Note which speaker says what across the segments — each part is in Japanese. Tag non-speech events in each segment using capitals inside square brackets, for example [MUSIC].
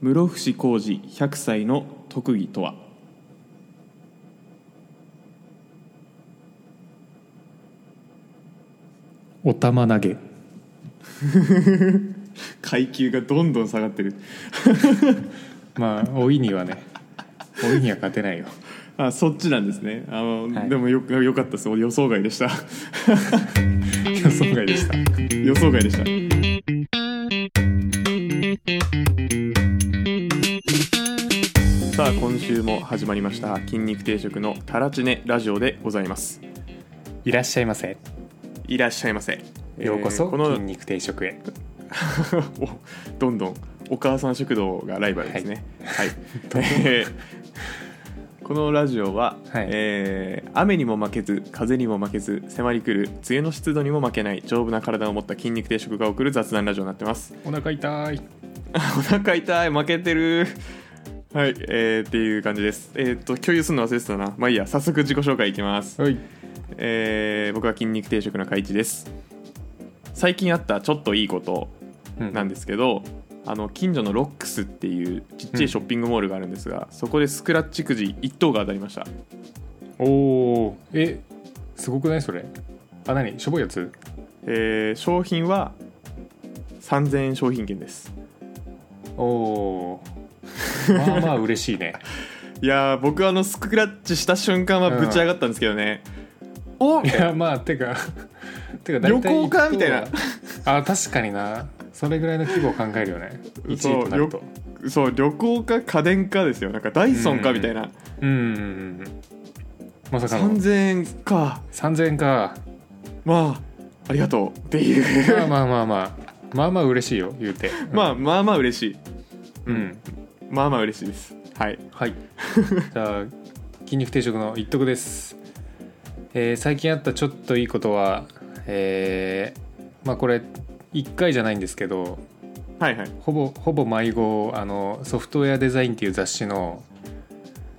Speaker 1: 室伏広治100歳の特技とは
Speaker 2: お玉投げ
Speaker 1: 階級がどんどん下がってる
Speaker 2: [LAUGHS] まあ老いにはね老いには勝てないよ
Speaker 1: [LAUGHS] あそっちなんですねあの、
Speaker 2: はい
Speaker 1: でもよよかったです予想外でした
Speaker 2: [LAUGHS] 予想外でした
Speaker 1: [LAUGHS] 予想外でしたさあ今週も始まりました筋肉定食のタラチネラジオでございます
Speaker 2: いらっしゃいませ
Speaker 1: いらっしゃいませ
Speaker 2: ようこ
Speaker 1: え
Speaker 2: そ
Speaker 1: ーこの
Speaker 2: 筋肉定食へ
Speaker 1: [LAUGHS] おどんどんお母さん食堂がライバルですねはい、 [LAUGHS] えーこのラジオは、
Speaker 2: はい
Speaker 1: えー雨にも負けず風にも負けず迫り来る梅雨の湿度にも負けない丈夫な体を持った筋肉定食が送る雑談ラジオになってます
Speaker 2: お腹痛い
Speaker 1: お腹痛い負けてるはい、えーっていう感じですえーっと共有するの忘れてたなまあいいや早速自己紹介いき [LAUGHS] ます
Speaker 2: はい
Speaker 1: えー僕は筋肉定食の海一です最近あったちょっといいことなんですけど、あの近所のロックスっていうちっちゃいショッピングモールがあるんですが、そこでスクラッチくじ1等が当たりました
Speaker 2: おおえすごくないそれあ何しょぼいやつ
Speaker 1: えー商品は3000円商品券です
Speaker 2: おおーまあまあ嬉しいね
Speaker 1: いやー僕あのスクラッチした瞬間はぶち上がったんですけどね、お
Speaker 2: [LAUGHS] いやまあてかてか
Speaker 1: 旅
Speaker 2: 大体
Speaker 1: 行か
Speaker 2: 一等は
Speaker 1: みたいな
Speaker 2: あ確かになそれぐらいの規模を考えるよね1位となると
Speaker 1: そう旅行か家電かですよなんかダイソンかみたいな、
Speaker 2: うんうんうんうんまさかの
Speaker 1: 3000円か
Speaker 2: 3000円か
Speaker 1: まあありがとうっていう
Speaker 2: まあまあまあまあまあまあ嬉しいよ言うて、
Speaker 1: ま
Speaker 2: あ
Speaker 1: あまあまあ嬉しい
Speaker 2: うん
Speaker 1: まあまあ嬉しいですはい
Speaker 2: はい [LAUGHS] じゃあ筋肉定食の一徳です、えー最近あったちょっといいことはえーまあこれ1回じゃないんですけど
Speaker 1: はいはい
Speaker 2: ほぼほぼ迷子あのソフトウェアデザインっていう雑誌の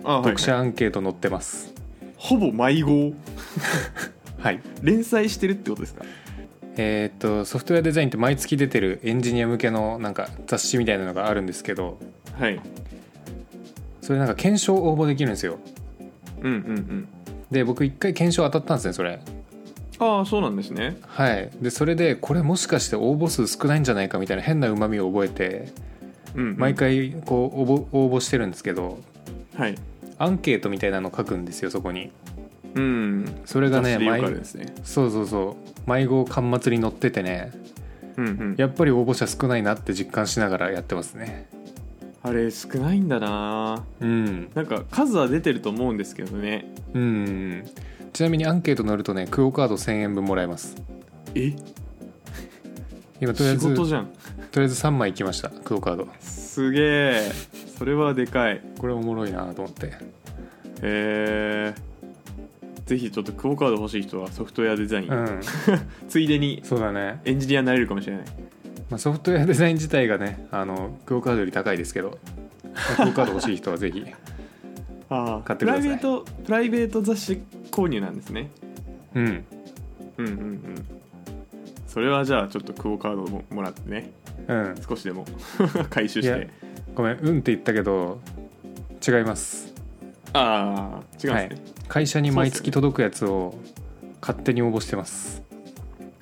Speaker 1: あはい
Speaker 2: 読者アンケート載ってます
Speaker 1: ほぼ迷 [LAUGHS] 子
Speaker 2: はい
Speaker 1: 連載してるってことですか
Speaker 2: えーっとソフトウェアデザインって毎月出てるエンジニア向けのなんか雑誌みたいなのがあるんですけど
Speaker 1: はい
Speaker 2: それなんか検証応募できるんですよ
Speaker 1: うんうんうん
Speaker 2: で僕一回検証当たったんですねそれ
Speaker 1: ああそうなんですね
Speaker 2: はいでそれでこれもしかして応募数少ないんじゃないかみたいな変なうまみを覚えて
Speaker 1: うん、うん、
Speaker 2: 毎回こう応募応募してるんですけど
Speaker 1: はい
Speaker 2: アンケートみたいなの書くんですよそこに
Speaker 1: うん
Speaker 2: それがね
Speaker 1: 雑誌でよくあるん
Speaker 2: 迷
Speaker 1: ですね
Speaker 2: そうそうそう迷子巻末に載っててね
Speaker 1: うんうん
Speaker 2: やっぱり応募者少ないなって実感しながらやってますね
Speaker 1: あれ少ないんだな
Speaker 2: うん
Speaker 1: なんか数は出てると思うんですけどね
Speaker 2: うんちなみにアンケート乗るとねクオ・カード1000円分もらえます
Speaker 1: え
Speaker 2: 今とりあえ
Speaker 1: 仕事
Speaker 2: ずとり
Speaker 1: じゃん
Speaker 2: あえず3枚いきましたクオ・カード
Speaker 1: すげえそれはでかい
Speaker 2: これおもろいなと思って
Speaker 1: えー、ぜひちょっとクオカード欲しい人はソフトウェアデザイン、
Speaker 2: うん
Speaker 1: ついでに
Speaker 2: そうだね、
Speaker 1: エンジニアになれるかもしれない
Speaker 2: まあ、ソフトウェアデザイン自体がねあのクオ・カードより高いですけどまあクオ・カード欲しい人は
Speaker 1: [LAUGHS]
Speaker 2: ぜひ
Speaker 1: ああ
Speaker 2: 買ってください
Speaker 1: プライベートプライベート雑誌購入なんですね
Speaker 2: うん
Speaker 1: うんうんうんそれはじゃあちょっとクオカードももらってね
Speaker 2: うん
Speaker 1: 少しでも [LAUGHS] 回収
Speaker 2: い
Speaker 1: し
Speaker 2: や
Speaker 1: て
Speaker 2: ごめんうんって言ったけど違います
Speaker 1: ああ違うんですね、
Speaker 2: 会社に毎月届くやつを勝手に応募してます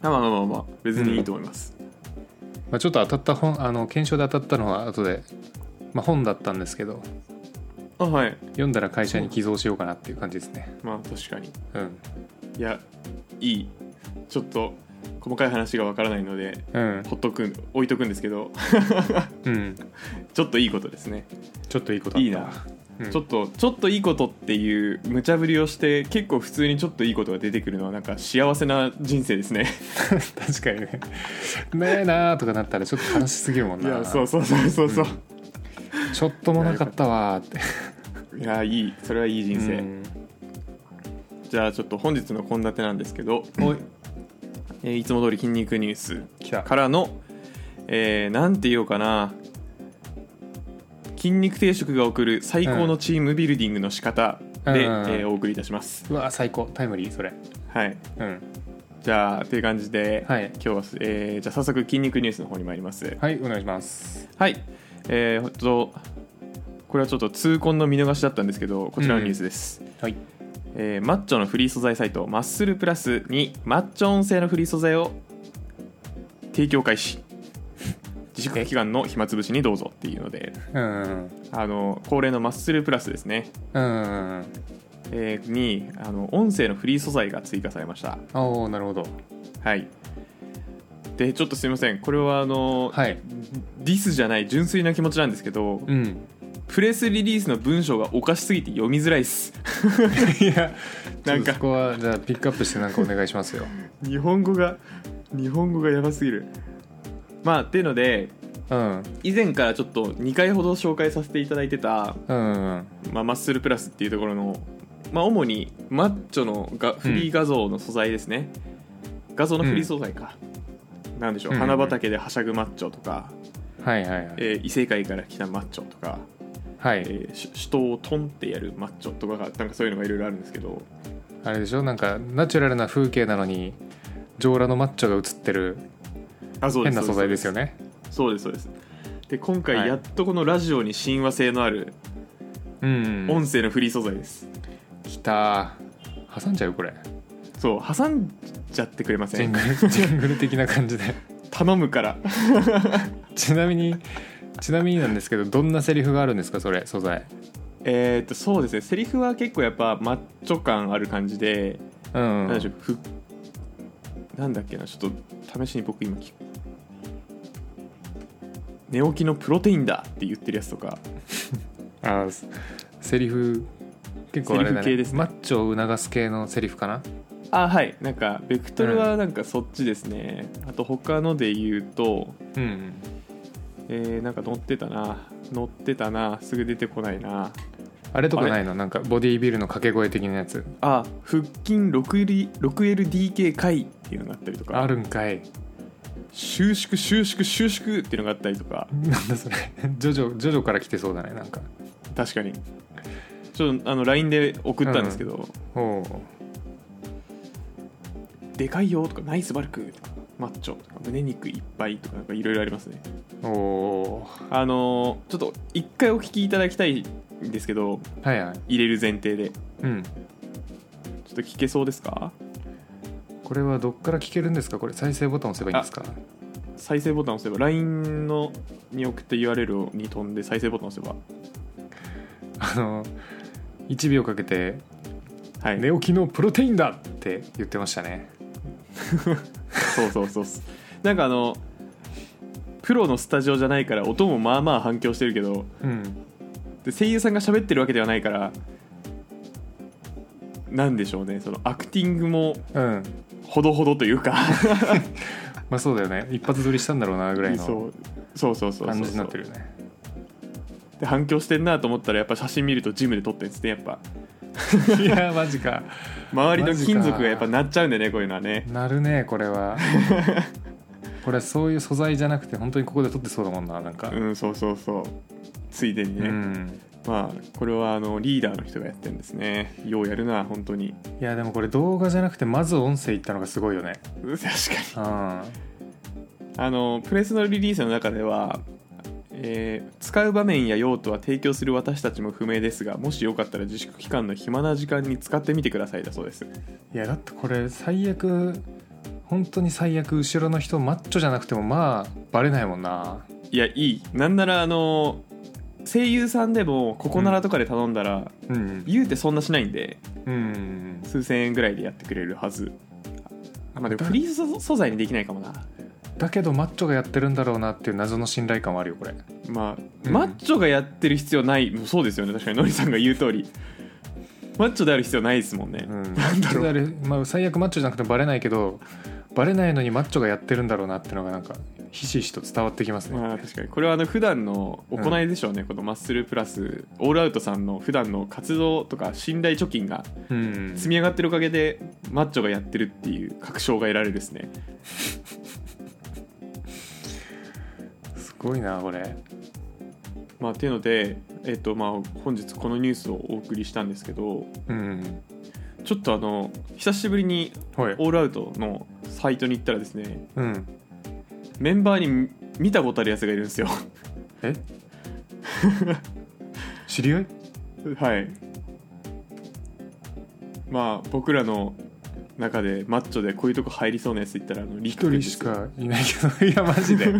Speaker 1: あまあまあまあまあ別にいいと思います、
Speaker 2: まあ、ちょっと当たった本あの検証で当たったのは後で、まあ、本だったんですけど
Speaker 1: あはい
Speaker 2: 読んだら会社に寄贈しようかなっていう感じですね
Speaker 1: まあ確かに
Speaker 2: うん
Speaker 1: いやいいちょっと細かい話がわからないので
Speaker 2: うん
Speaker 1: ほっとくん置いとくんですけど [LAUGHS]
Speaker 2: うん
Speaker 1: ちょっといいことですね
Speaker 2: ちょっといいことあった
Speaker 1: いいな、
Speaker 2: うん
Speaker 1: ちょっとちょっといいことっていう無茶ぶりをして結構普通にちょっといいことが出てくるのはなんか幸せな人生ですね
Speaker 2: [LAUGHS] 確かにねねえなーとかなったらちょっと悲しすぎるも
Speaker 1: [LAUGHS]
Speaker 2: ん
Speaker 1: い
Speaker 2: な
Speaker 1: やそうそうそうそうそう、
Speaker 2: ちょっともなかったわーって
Speaker 1: いやいいそれはいい人生、
Speaker 2: うん
Speaker 1: じゃあちょっと本日の献立なんですけど、
Speaker 2: おい
Speaker 1: えーいつも通り筋肉ニュース
Speaker 2: 来た
Speaker 1: からの、えーなんて言おうかな筋肉定食が送る最高のチームビルディングの仕方で、
Speaker 2: うんうん
Speaker 1: えーお送りいたします
Speaker 2: うわー最高タイムリーそれ
Speaker 1: はい
Speaker 2: うん
Speaker 1: じゃあという感じで、
Speaker 2: はい
Speaker 1: 今日は、えーじゃあ早速筋肉ニュースの方に参ります
Speaker 2: はいお願いします
Speaker 1: はい、えー、とこれはちょっと痛恨の見逃しだったんですけどこちらのニュースです、
Speaker 2: はい
Speaker 1: えーマッチョのフリー素材サイトマッスルプラスにマッチョ音声のフリー素材を提供開始 [LAUGHS] 自粛期間の暇つぶしにどうぞっていうので
Speaker 2: うん
Speaker 1: あの恒例のマッスルプラスですね、
Speaker 2: うん
Speaker 1: えーにあの音声のフリー素材が追加されました
Speaker 2: おおなるほど
Speaker 1: はいでちょっとすみませんこれはあの、
Speaker 2: はい
Speaker 1: ディスじゃない純粋な気持ちなんですけど、
Speaker 2: うん
Speaker 1: プレスリリースの文章がおかしすぎて読みづらいっす
Speaker 2: [LAUGHS]
Speaker 1: [LAUGHS]
Speaker 2: いや
Speaker 1: なんか
Speaker 2: そこはじゃあピックアップしてなんかお願いしますよ
Speaker 1: 日本語が日本語がやばすぎるまあっていうので
Speaker 2: [LAUGHS] うん
Speaker 1: 以前からちょっと2回ほど紹介させていただいてた、
Speaker 2: うん
Speaker 1: まあ、マッスルプラスっていうところの、まあ、主にマッチョのがフリー画像の素材ですね、画像のフリー素材か、なんでしょう、
Speaker 2: うん
Speaker 1: 花畑ではしゃぐマッチョとか、
Speaker 2: はいはいはい
Speaker 1: えー異世界から来たマッチョとか、
Speaker 2: はい
Speaker 1: えーし手刀をトンってやるマッチョとかがなんかそういうのがいろいろあるんですけど
Speaker 2: あれでしょなんかナチュラルな風景なのに上裸のマッチョが映ってる
Speaker 1: あそう
Speaker 2: 変な素材ですよ
Speaker 1: ね
Speaker 2: ね
Speaker 1: そうですそうですで今
Speaker 2: は
Speaker 1: 回
Speaker 2: い
Speaker 1: やっとこのラジオに親和性のある
Speaker 2: うん
Speaker 1: 音声のフリー素材です、
Speaker 2: きた挟んじゃうこれ
Speaker 1: そう挟んじゃってくれませ
Speaker 2: ジン
Speaker 1: ん
Speaker 2: グルジングル的な感じで
Speaker 1: 頼むから
Speaker 2: ちなみにちなみになんですけどどんなセリフがあるんですかそれ素材
Speaker 1: えーっとそうですねセリフは結構やっぱマッチョ感ある感じで、
Speaker 2: うん
Speaker 1: なんでしょうふなんだっけなちょっと試しに僕今聞く寝起きのプロテインだって言ってるやつとか
Speaker 2: あーセリフ結構あれだ
Speaker 1: セリフ系
Speaker 2: ね
Speaker 1: ですね
Speaker 2: マッチョを促す系のセリフかな
Speaker 1: あはいなんかベクトルはなんかそっちですね、あと他ので言うと
Speaker 2: うん
Speaker 1: えー、なんか乗ってたな乗ってたなすぐ出てこないな
Speaker 2: あれとか
Speaker 1: あれ
Speaker 2: ないのなんかボディービルの掛け声的なやつ
Speaker 1: あ腹筋 6L- 6LDK 回っていうのがあったりと
Speaker 2: あ
Speaker 1: か
Speaker 2: るんかい [LAUGHS]
Speaker 1: 収縮収縮収縮っていうのがあったりとか
Speaker 2: なんだそれジョジョジョジョから来てそうだねなんか
Speaker 1: 確かにちょっとあの LINE で送ったんですけど
Speaker 2: おお
Speaker 1: 「でかいよ」とか「ナイスバルク」とか「マッチョ」とか「胸肉いっぱい」とかなんかいろいろありますね
Speaker 2: おお
Speaker 1: あのーちょっと一回お聞きいただきたいんですけど
Speaker 2: ーはいはい
Speaker 1: 入れる前提でちょ
Speaker 2: うん
Speaker 1: っと聞けそうですか
Speaker 2: これはどっから聞けるんですかこれ再生ボタン押せばいいんですか
Speaker 1: 再生ボタンを押せば LINE のに送った URL に飛んで再生ボタンを押せば
Speaker 2: あの1秒かけて
Speaker 1: はい、
Speaker 2: 寝起きのプロテインだって言ってましたね
Speaker 1: そうそうそうそうなんかあのプロのスタジオじゃないから音もまあまあ反響してるけど
Speaker 2: うん
Speaker 1: で声優さんが喋ってるわけではないからなんでしょうねそのアクティングも
Speaker 2: うん
Speaker 1: ほどほどというか
Speaker 2: まあそうだよね一発撮りしたんだろうなぐら
Speaker 1: [LAUGHS]
Speaker 2: い
Speaker 1: そ
Speaker 2: の
Speaker 1: うそうそうそうそう
Speaker 2: 感じに
Speaker 1: そ
Speaker 2: な
Speaker 1: う
Speaker 2: ってるよね
Speaker 1: で反響してんなと思ったらやっぱ写真見るとジムで撮ってるんですねやっぱ
Speaker 2: いやマジか
Speaker 1: 周りの
Speaker 2: マジか
Speaker 1: 金属がやっぱなっちゃうんでねこういうのはね
Speaker 2: なるねこ
Speaker 1: [LAUGHS]
Speaker 2: れはこれそういう素材じゃなくて本当にここで撮ってそうだもんななんか
Speaker 1: うんそうそうそうついでに
Speaker 2: う
Speaker 1: ね、
Speaker 2: ん
Speaker 1: まあこれはあのリーダーの人がやってるんですねようやるな本当に
Speaker 2: いやでもこれ動画じゃなくてまず音声いったのがすごいよね
Speaker 1: 確かに
Speaker 2: うん
Speaker 1: あのプレスのリリースの中では、えー使う場面や用途は提供する私たちも不明ですがもしよかったら自粛期間の暇な時間に使ってみてくださいだそうです
Speaker 2: いやだってこれ最悪本当に最悪後ろの人マッチョじゃなくてもまあバレないもんない
Speaker 1: やいいなんならあの声優さんでもここならとかで頼んだら、
Speaker 2: うん
Speaker 1: 言うてそんなしないんで
Speaker 2: うん
Speaker 1: 数千円ぐらいでやってくれるはずあまあでもフリー素素材にできないかもな
Speaker 2: だけどマッチョがやってるんだろうなっていう謎の信頼感はあるよこれ
Speaker 1: まあ、
Speaker 2: うん
Speaker 1: マッチョがやってる必要ないもうそうですよね確かにノリさんが言う通りマッチョである必要ないですもんね、
Speaker 2: うん
Speaker 1: なんだろう
Speaker 2: だからまあ、最悪マッチョじゃなくてバレないけどバレないのにマッチョがやってるんだろうなっていうのがなんかひしひしと伝わってきますね、
Speaker 1: まあ確かにこれはあの普段の行いでしょうね、このマッスルプラスオールアウトさんの普段の活動とか信頼貯金が
Speaker 2: うん
Speaker 1: 積み上がってるおかげでマッチョがやってるっていう確証が得られるですね
Speaker 2: すごいなこれ
Speaker 1: まあていうのでえっとまあ本日このニュースをお送りしたんですけど
Speaker 2: うん
Speaker 1: ちょっとあの久しぶりに
Speaker 2: はい
Speaker 1: オールアウトのサイトに行ったらですね
Speaker 2: うん [LAUGHS]
Speaker 1: メンバーに見たことあるやつがいるんですよ
Speaker 2: え知り合い
Speaker 1: はいまあ僕らの中でマッチョでこういうとこ入りそうなやつ言ったらあのリ
Speaker 2: 一
Speaker 1: ク
Speaker 2: 人しかいないけど [LAUGHS] いやマジで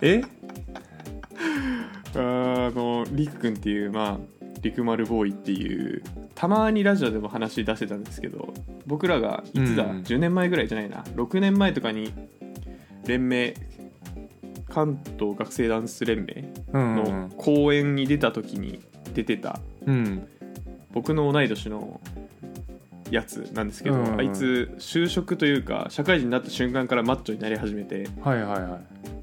Speaker 2: え
Speaker 1: あーあのりくくんっていうまありくまるボーイっていうたまにラジオでも話出してたんですけど僕らがいつだ、
Speaker 2: うんうん
Speaker 1: 10年前ぐらいじゃないな6年前とかに連盟関東学生ダンス連盟
Speaker 2: うんう
Speaker 1: の
Speaker 2: ん
Speaker 1: 公演に出た時に出てた
Speaker 2: うん
Speaker 1: 僕の同い年のやつなんですけど、
Speaker 2: うんうん
Speaker 1: あいつ就職というか社会人になった瞬間からマッチョになり始めて
Speaker 2: はいはいはい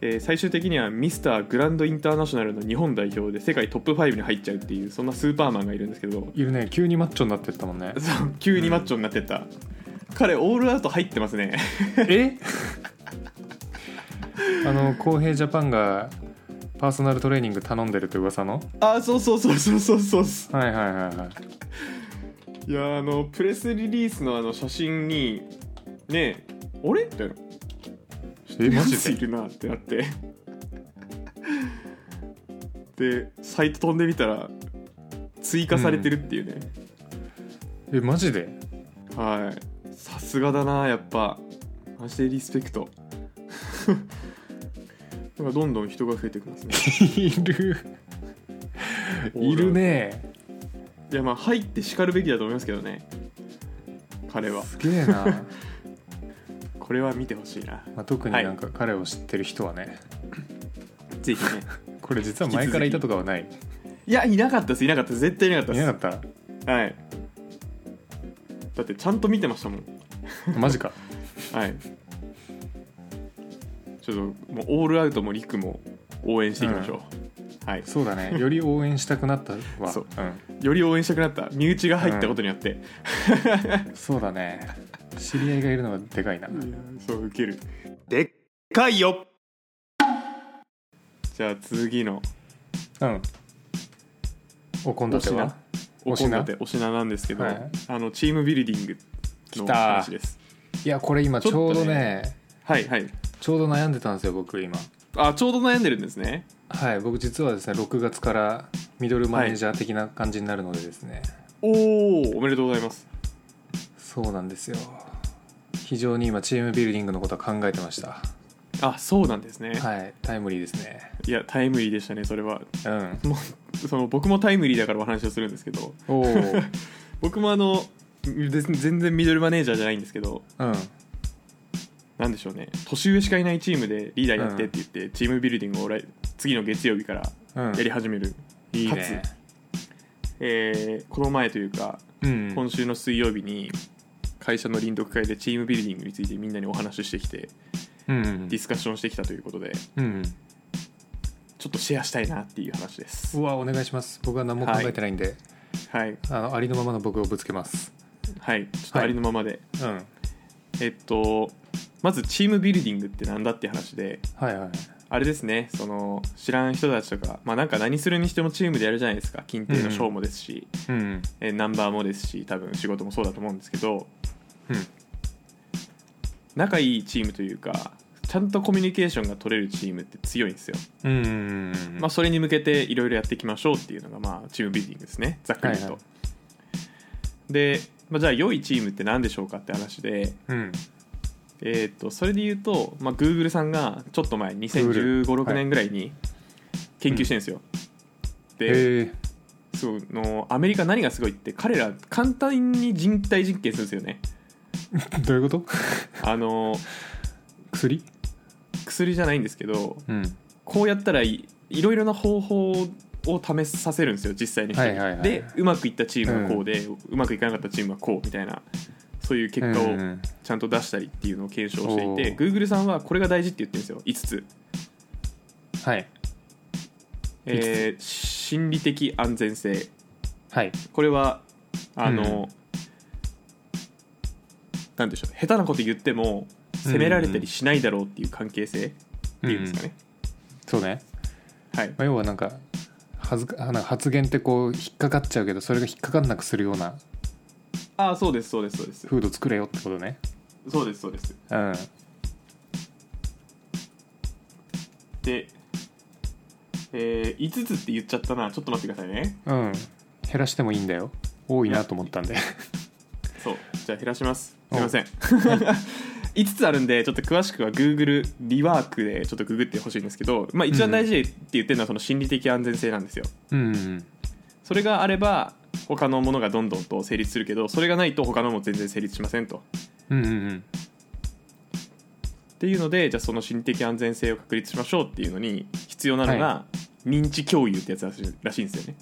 Speaker 1: で最終的にはミスターグランドインターナショナルの日本代表で世界トップ5に入っちゃうっていうそんなスーパーマンがいるんですけど [LAUGHS]
Speaker 2: いるね急にマッチョになってったもん [LAUGHS] ね
Speaker 1: そう急にマッチョになってった、彼オールアウト入ってますね
Speaker 2: えあの浩平ジャパンがパーソナルトレーニング頼んでるって噂の
Speaker 1: あそうそうそうそうそうそう
Speaker 2: はいはいはいはい
Speaker 1: いやあのプレスリリースのあの写真にねえあれみたいな
Speaker 2: えマ
Speaker 1: マ
Speaker 2: ジ
Speaker 1: ジでいるなってなってでサイト飛んでみたら追加されてるっていうね、
Speaker 2: でえマジで
Speaker 1: はいさすがだなやっぱマジでリスペクト [LAUGHS] なんかどんどん人が増えてきますね
Speaker 2: いるいるね
Speaker 1: いやまあ入ってしかるべきだと思いますけどね彼は
Speaker 2: すげえな、ま
Speaker 1: これは見てほしいな
Speaker 2: あ、特になんか彼を知ってる人はね、
Speaker 1: ぜひね
Speaker 2: これ実は前からいたとかはない
Speaker 1: いやいなかったですいなかったです絶対いなかった
Speaker 2: い
Speaker 1: です
Speaker 2: なかっ
Speaker 1: はいだってちゃんと見てましたもん
Speaker 2: たマジか
Speaker 1: はい。ちょっともうオールアウトもリクも応援していきましょう。はい。
Speaker 2: そうだ [LAUGHS] ねより応援したくなったわ、
Speaker 1: そうんより応援したくなった身内が入ったことによって、
Speaker 2: そうだね知り合いがいるのがでかいな、
Speaker 1: いやそう受ける。でっかいよ。じゃあ次の
Speaker 2: うん。おこんだては
Speaker 1: おこ
Speaker 2: お
Speaker 1: ん
Speaker 2: 品
Speaker 1: だてお品なんですけど、
Speaker 2: はい
Speaker 1: あのチームビルディングの
Speaker 2: 来た
Speaker 1: 話です。
Speaker 2: いやこれ今
Speaker 1: ち
Speaker 2: ち
Speaker 1: ょっとね
Speaker 2: ょうどね
Speaker 1: はいはい。
Speaker 2: ちょうど悩んでたんですよ僕今
Speaker 1: あちょうど悩んでるんですね。
Speaker 2: はい僕実はですね6月からミドルマネージャー的な感じになるのでですね、
Speaker 1: おおおめでとうございます。
Speaker 2: そうなんですよ非常に今チームビルディングのことは考えてました
Speaker 1: あそうなんですね。
Speaker 2: はいタイムリーですね
Speaker 1: いやタイムリーでしたねそれは。
Speaker 2: うん
Speaker 1: もうその僕もタイムリーだからお話をするんですけど
Speaker 2: おお
Speaker 1: 僕もあのぜ全然ミドルマネージャーじゃないんですけど
Speaker 2: [LAUGHS] うん
Speaker 1: なんでしょうね年上しかいないチームでリーダーやってって言って、チームビルディングを来次の月曜日から
Speaker 2: うん
Speaker 1: やり始める、
Speaker 2: いい
Speaker 1: かつ
Speaker 2: ね
Speaker 1: えーこの前というか
Speaker 2: うん
Speaker 1: 今週の水曜日に会社の臨読会でチームビルディングについてみんなにお話ししてきて
Speaker 2: うんうん
Speaker 1: ディスカッションしてきたということで
Speaker 2: うん
Speaker 1: ちょっとシェアしたいなっていう話です
Speaker 2: うわお願いします僕は何も考えてないんで、
Speaker 1: はい
Speaker 2: あのありのままの僕をぶつけます
Speaker 1: はいちょっとありのままで、
Speaker 2: うん
Speaker 1: えっとまずチームビルディングってなんだって話で
Speaker 2: はいはい
Speaker 1: あれですねその知らん人たちとか,、まあ、なんか何するにしてもチームでやるじゃないですか金定のショーもですし、
Speaker 2: うん
Speaker 1: えーナンバーもですし多分仕事もそうだと思うんですけど
Speaker 2: うん
Speaker 1: 仲いいチームというかちゃんとコミュニケーションが取れるチームって強いんですよ、
Speaker 2: うんうんうん
Speaker 1: まあ、それに向けていろいろやっていきましょうっていうのが、まあ、チームビルディングですねざっくり言うと、
Speaker 2: はいは
Speaker 1: で、まあ、じゃあ良いチームって何でしょうかって話で
Speaker 2: うん
Speaker 1: えー、とそれで言うと、まあ、Google さんがちょっと前2015、
Speaker 2: Google
Speaker 1: 6年ぐらいに研究してるんですよ。で
Speaker 2: へえ
Speaker 1: そうのアメリカ何がすごいって彼ら簡単に人体実験するんですよね。
Speaker 2: [LAUGHS] どういうこと [LAUGHS]
Speaker 1: あの
Speaker 2: 薬
Speaker 1: 薬じゃないんですけど
Speaker 2: うん
Speaker 1: こうやったらいいろいろな方法を試させるんですよ実際に、
Speaker 2: はいはいはい
Speaker 1: でうまくいったチームはこうで、うまくいかなかったチームはこうみたいなそういう結果
Speaker 2: うんう
Speaker 1: を
Speaker 2: ん
Speaker 1: ちゃんと出したりっていうのを検証していて、
Speaker 2: おー
Speaker 1: Google さんはこれが大事って言ってるんですよ5つ。
Speaker 2: はい
Speaker 1: えー心理的安全性
Speaker 2: はい
Speaker 1: これはあの、なんでしょう下手なこと言っても責められたりしないだろうっていう関係性っていうんですかね、
Speaker 2: そうね、
Speaker 1: はい
Speaker 2: まあ、要はなんか恥ずかあなんか発言ってこう引っかかっちゃうけどそれが引っかかんなくするような
Speaker 1: ああそうですそうですそうです
Speaker 2: フード作れよってことね
Speaker 1: そうですそうです
Speaker 2: うん
Speaker 1: でえー、5つって言っちゃったなちょっと待ってくださいね
Speaker 2: うん減らしてもいいんだよ多いなと思った
Speaker 1: [LAUGHS]
Speaker 2: んで
Speaker 1: そうじゃあ減らしますすいません5つあるんでちょっと詳しくは Google リワークでちょっとググってほしいんですけど、まあ、一番大事って言ってるのはその心理的安全性なんですよ
Speaker 2: うんうん
Speaker 1: それがあれば他のものがどんどんと成立するけどそれがないと他のも全然成立しませんと
Speaker 2: うんうん
Speaker 1: っていうのでじゃあその心理的安全性を確立しましょうっていうのに必要なのが認知共有ってやつらしいらしいんですよね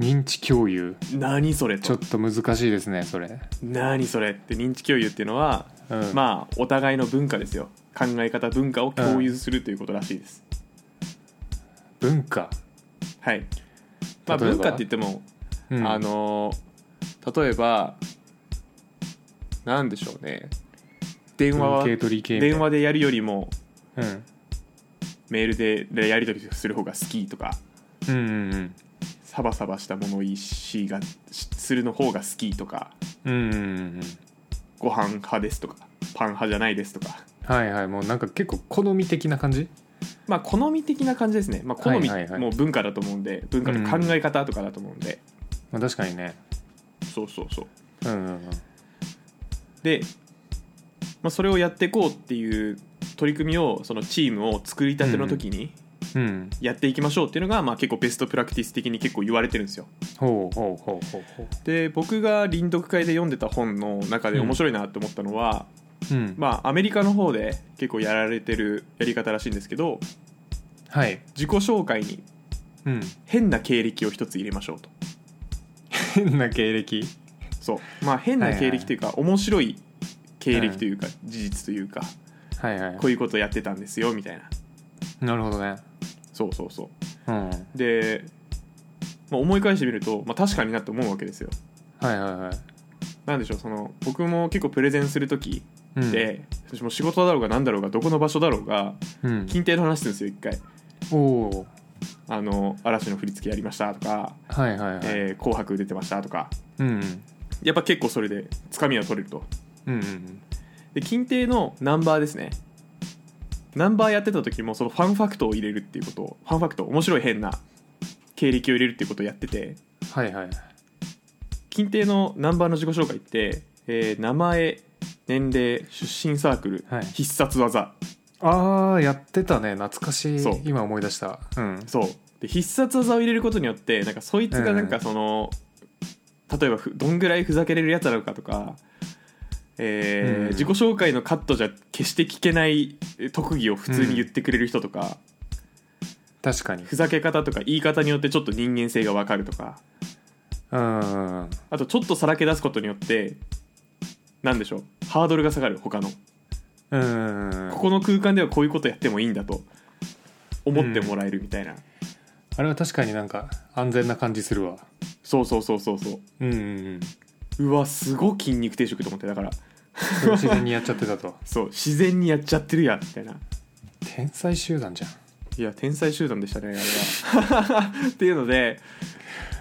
Speaker 2: 認知共有
Speaker 1: 何それ
Speaker 2: ちょっ
Speaker 1: と
Speaker 2: と難しいですねそれ、
Speaker 1: 何それって認知共有っていうのは
Speaker 2: うん、あ
Speaker 1: まあお互いの文化ですよ考え方文化を共有するということらしいです、
Speaker 2: 文化、
Speaker 1: はい、まあ、
Speaker 2: 例えば
Speaker 1: 文化って言っても、
Speaker 2: うん
Speaker 1: あのー例えばなんでしょうね電話
Speaker 2: 文
Speaker 1: は
Speaker 2: 系と理系みたい
Speaker 1: 電
Speaker 2: な
Speaker 1: 話でやるよりも
Speaker 2: うん
Speaker 1: メールでやり取りする方が好きとか
Speaker 2: うんうん
Speaker 1: サバサバした物言いしがしするの方が好きとか
Speaker 2: うんうんうんうん
Speaker 1: ご飯派ですとかパン派じゃないですとか
Speaker 2: はいはいもうなんか結構好み的な感じ
Speaker 1: まあ好み的な感じですね、まあ、好み
Speaker 2: はいはいはい
Speaker 1: もう文化だと思うんで文化と考え方とかだと思うんで、
Speaker 2: まあ確かにね
Speaker 1: そうそうそう
Speaker 2: うんうんうん
Speaker 1: で、まあ、それをやっていこうっていう取り組みをそのチームを作りたての時に
Speaker 2: うん
Speaker 1: やっていきましょうっていうのが、まあ、結構ベストプラクティス的に結構言われてるんですよ
Speaker 2: ほうほうほうほうほ
Speaker 1: で僕が臨読会で読んでた本の中で面白いなと思ったのは、
Speaker 2: ううん
Speaker 1: まあアメリカの方で結構やられてるやり方らしいんですけど
Speaker 2: はい
Speaker 1: 自己紹介に
Speaker 2: うん
Speaker 1: 変な経歴を一つ入れましょうと
Speaker 2: 変な経歴
Speaker 1: そうまあ変な経歴というか、面白い経歴というか、事実というか
Speaker 2: はいはい
Speaker 1: こういうことやってたんですよみたいな
Speaker 2: なるほどね
Speaker 1: そうそうそう
Speaker 2: うんはい
Speaker 1: で、まあ、思い返してみると、まあ、確かになって思うわけですよ
Speaker 2: はいは
Speaker 1: なんでしょうその僕も結構プレゼンする時
Speaker 2: いうん
Speaker 1: で、私も仕事だろうが何だろうがどこの場所だろうが
Speaker 2: うん
Speaker 1: 近定の話するんですよ一回
Speaker 2: おお
Speaker 1: あの嵐の振り付けやりましたとか、
Speaker 2: ーはいはいはい、
Speaker 1: えー紅白出てましたとか
Speaker 2: うん
Speaker 1: やっぱ結構それでつかみは取れると
Speaker 2: うんうんうん
Speaker 1: で近定のナンバーですねナンバーやってた時もそのファンファクトを入れるっていうことをファンファクト面白い変な経歴を入れるっていうことをやってて
Speaker 2: はいはい
Speaker 1: 近定のナンバーの自己紹介って、えー名前年齢出身サークル、
Speaker 2: はい
Speaker 1: 必殺技
Speaker 2: ああやってたね懐かしい
Speaker 1: そう
Speaker 2: 今思い出したうん
Speaker 1: そうで必殺技を入れることによってなんかそいつがなん
Speaker 2: う
Speaker 1: か
Speaker 2: ん
Speaker 1: その、例えばふどんぐらいふざけれるやつなのかとか、えー
Speaker 2: うん
Speaker 1: 自己紹介のカットじゃ決して聞けない特技を普通に言ってくれる人とか、
Speaker 2: 確かに
Speaker 1: ふざけ方とか言い方によってちょっと人間性がわかるとか
Speaker 2: うんうんうん
Speaker 1: あとちょっとさらけ出すことによってなんでしょうハードルが下がる他の
Speaker 2: うんうんうん
Speaker 1: ここの空間ではこういうことやってもいいんだと思ってもらえるみたいな、
Speaker 2: あれは確かになんか安全な感じするわ
Speaker 1: そうそうそうそうそ
Speaker 2: うんうんうん
Speaker 1: ううわすごい筋肉定食と思ってだから
Speaker 2: それを自然にやっちゃってたと [LAUGHS]
Speaker 1: そう自然にやっちゃってるやみたいな
Speaker 2: 天才集団じゃん
Speaker 1: いや天才集団でしたねあれ
Speaker 2: [LAUGHS]
Speaker 1: はっていうので、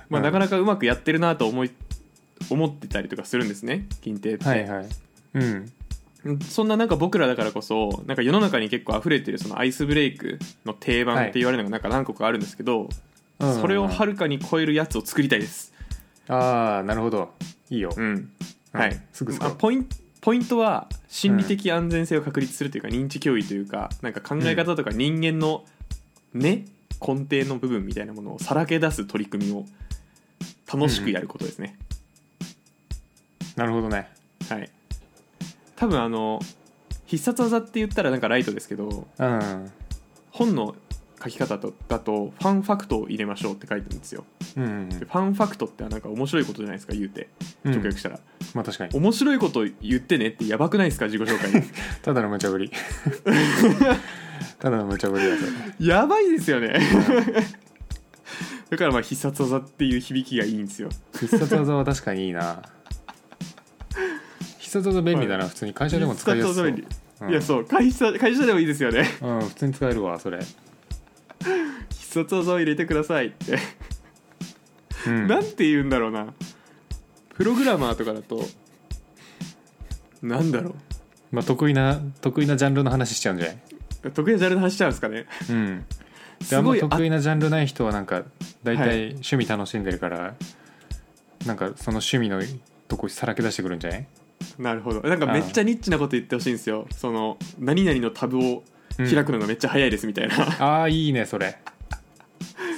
Speaker 1: まあ、
Speaker 2: うん
Speaker 1: なかなかうまくやってるなと思い思ってたりとかするんですね金亭って、
Speaker 2: はいはいうん
Speaker 1: そんななんか僕らだからこそなんか世の中に結構溢れてるそのアイスブレイクの定番って言われるのがなんか何個かあるんですけど、
Speaker 2: うんうん
Speaker 1: それをはるかに超えるやつを作りたいです
Speaker 2: ああなるほどいいよ
Speaker 1: うん
Speaker 2: うん
Speaker 1: はい、
Speaker 2: すぐ使う
Speaker 1: まあポインポイントは心理的安全性を確立するというか、認知教育というかなんか考え方とか人間のね、根底の部分みたいなものをさらけ出す取り組みを楽しくやることですね、
Speaker 2: なるほどね
Speaker 1: はい多分あの必殺技って言ったらなんかライトですけど
Speaker 2: うん
Speaker 1: 本の書き方とだとファンファクトを入れましょうって書いてるんですよ
Speaker 2: うんうん
Speaker 1: でファンファクトってなんか面白いことじゃないですか言うて
Speaker 2: うん
Speaker 1: 直訳したら、
Speaker 2: まあ確かに
Speaker 1: 面白いこと言ってねってやばくないですか自己紹介
Speaker 2: ただの無茶ぶりただの無茶ぶりだと
Speaker 1: やばいですよね [LAUGHS] だからまあ必殺技っていう響きがいいんですよ
Speaker 2: 必殺技は確かにいいな必殺技便利だな普通に会社でも使いやす
Speaker 1: 必殺
Speaker 2: そう
Speaker 1: 技に
Speaker 2: うん
Speaker 1: いやそう会社会社でもいいですよね
Speaker 2: うん普通に使えるわそれ
Speaker 1: 必殺技を入れてくださいって、
Speaker 2: うん
Speaker 1: なんて言うんだろうなプログラマーとかだとなんだろ
Speaker 2: まあ得意な得意なジャンルの話しちゃうんじゃないう
Speaker 1: 得意なジャンルの話しちゃうんですかね
Speaker 2: うんであんま得意なジャンルない人はなんか大
Speaker 1: は
Speaker 2: 体
Speaker 1: い
Speaker 2: 趣味楽しんでるから、なんかその趣味のとこさらけ出してくるんじゃない、
Speaker 1: なるほどなんかめっちゃニッチなこと言ってほしいんですよその何々のタブを
Speaker 2: うん
Speaker 1: 開くのがめっちゃ早いですみたいな、
Speaker 2: ああいいねそれ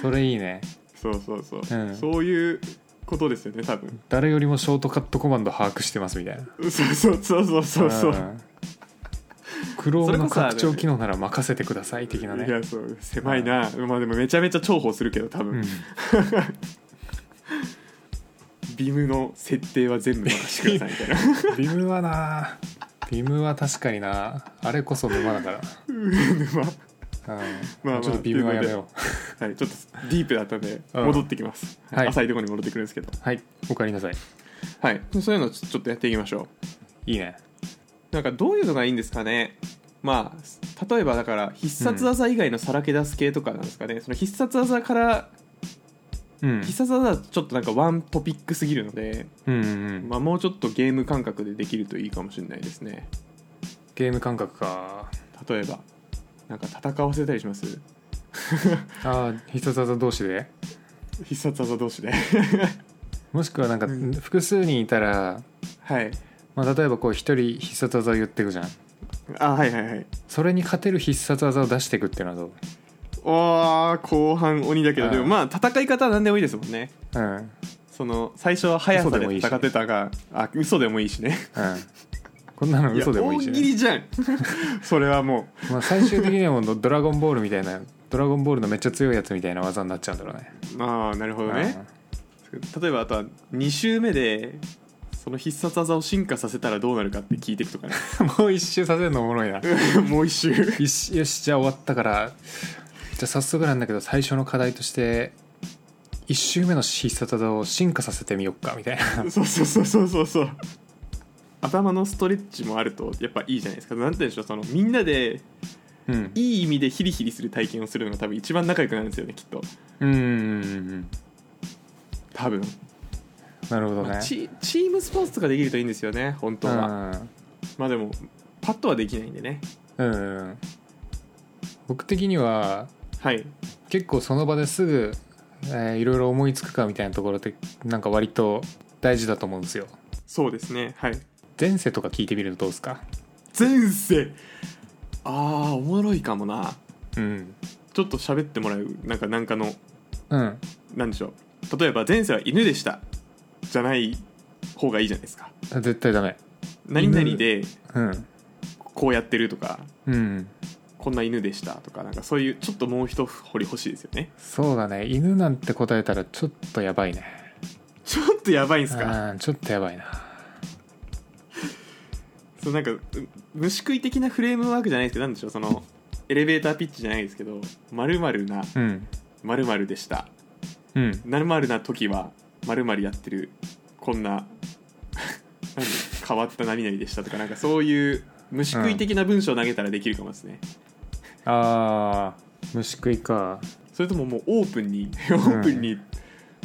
Speaker 2: それいいね
Speaker 1: そうそうそう、
Speaker 2: うん
Speaker 1: そういうことですよね多分
Speaker 2: 誰よりもショートカットコマンド把握してますみたいな
Speaker 1: そうそうそうそうそうそう、
Speaker 2: んクロー
Speaker 1: そ
Speaker 2: ム
Speaker 1: れ
Speaker 2: の
Speaker 1: こそあれ
Speaker 2: 拡張機能なら任せてください的ないね
Speaker 1: やそう狭いな、まあでもめちゃめちゃ重宝するけど多
Speaker 2: う
Speaker 1: 分、
Speaker 2: ん
Speaker 1: ビームの設定は全部任せてくださいみたい
Speaker 2: [LAUGHS]
Speaker 1: な
Speaker 2: ビムはなビムは確かになあれこそ沼だから
Speaker 1: 沼は
Speaker 2: う
Speaker 1: ま
Speaker 2: ん
Speaker 1: あまあ
Speaker 2: ちょっとビムはやめよう
Speaker 1: いちょっとディープだったんで
Speaker 2: うん
Speaker 1: 戻ってきます、
Speaker 2: はい
Speaker 1: 浅いところに戻ってくるんですけど
Speaker 2: はいおかえりなさい
Speaker 1: はいそういうのをちょっとやっていきましょう
Speaker 2: いいね
Speaker 1: なんかどういうのがいいんですかねまあ例えばだから必殺技以外のさらけ出す系とかなんですかね、その必殺技から
Speaker 2: うん
Speaker 1: 必殺技だとちょっとなんかワントピックすぎるので、
Speaker 2: うんうんうん
Speaker 1: まあ、もうちょっとゲーム感覚でできるといいかもしれないですね
Speaker 2: ゲーム感覚か
Speaker 1: 例えばなんか戦わせたりします
Speaker 2: ああ必殺技同士で
Speaker 1: 必殺技同士で
Speaker 2: もしくはなんか
Speaker 1: うん
Speaker 2: 複数人いたら、
Speaker 1: はい
Speaker 2: まあ、例えばこう一人必殺技を言っていくじゃん
Speaker 1: あはいはいはい
Speaker 2: それに勝てる必殺技を出していくっていうのはどう
Speaker 1: おー後半鬼だけ
Speaker 2: う
Speaker 1: ど
Speaker 2: ん
Speaker 1: でもまあ戦い方は何でもいいですもんね
Speaker 2: うんうん
Speaker 1: その最初は速さ
Speaker 2: 嘘でもい
Speaker 1: で
Speaker 2: いし
Speaker 1: 戦ってたがあ嘘でもいいしね
Speaker 2: こんなの [LAUGHS] 嘘でもいいし、
Speaker 1: や大喜
Speaker 2: ね
Speaker 1: 利
Speaker 2: [LAUGHS]
Speaker 1: じゃんそれはも
Speaker 2: まあ、最終的にはもうドドラゴンボールみたいなドラゴンボールのめっちゃ強いやつみたいな技になっちゃうんだろうね
Speaker 1: うああなるほどね例えばあとは2周目でその必殺技を進化させたらどうなるかって聞いていく
Speaker 2: [LAUGHS]
Speaker 1: とかね
Speaker 2: うんもう一周させるのおもろいな
Speaker 1: もう1周
Speaker 2: よしよしじゃあ終わったからじゃあ早速なんだけど最初の課題として1周目の必殺技を進化させてみよっかみたいな
Speaker 1: そうそうそうそうそうそう頭のストレッチもあるとやっぱいいじゃないですかなんて言うんでしょうそのみんなで
Speaker 2: うん
Speaker 1: いい意味でヒリヒリする体験をするのが多分一番仲良くなるんですよねきっと
Speaker 2: うんうんうん
Speaker 1: 多分、
Speaker 2: なるほど
Speaker 1: ま
Speaker 2: ね
Speaker 1: あ、チチームスポーツとかできるといいんですよね本当は、まあでもパッとはできないんでね
Speaker 2: うんうんうん僕的には
Speaker 1: はい
Speaker 2: 結構その場ですぐ、えーいろいろ思いつくかみたいなところってなんか割と大事だと思うんですよ
Speaker 1: そうですねはい
Speaker 2: 前世とか聞いてみるとどうですか
Speaker 1: 前世あーおもろいかもな
Speaker 2: うん
Speaker 1: ちょっと喋ってもらうなんかなんかの
Speaker 2: うん
Speaker 1: なんでしょう例えば前世は犬でしたじゃない方がいいじゃないですか
Speaker 2: 絶対ダメ
Speaker 1: 何々で
Speaker 2: うん
Speaker 1: こうやってるとか
Speaker 2: うん
Speaker 1: こんな犬でしたとかなんかそういうちょっともう一掘り欲しいですよね
Speaker 2: そうだね犬なんて答えたらちょっとやばいね
Speaker 1: ちょっとやばいんすか
Speaker 2: うんちょっとやばいな
Speaker 1: そうなんかう虫食い的なフレームワークじゃないですけどなんでしょうそのエレベーターピッチじゃないですけど〇〇な
Speaker 2: うん
Speaker 1: 〇〇でした
Speaker 2: うん
Speaker 1: 〇〇な時は〇〇やってるこんな [LAUGHS] 何変わった何々でしたとかなんかそういう虫食い的な文章を投げたらできるかもですね、
Speaker 2: あー虫食いか
Speaker 1: それとももうオープンにオープンに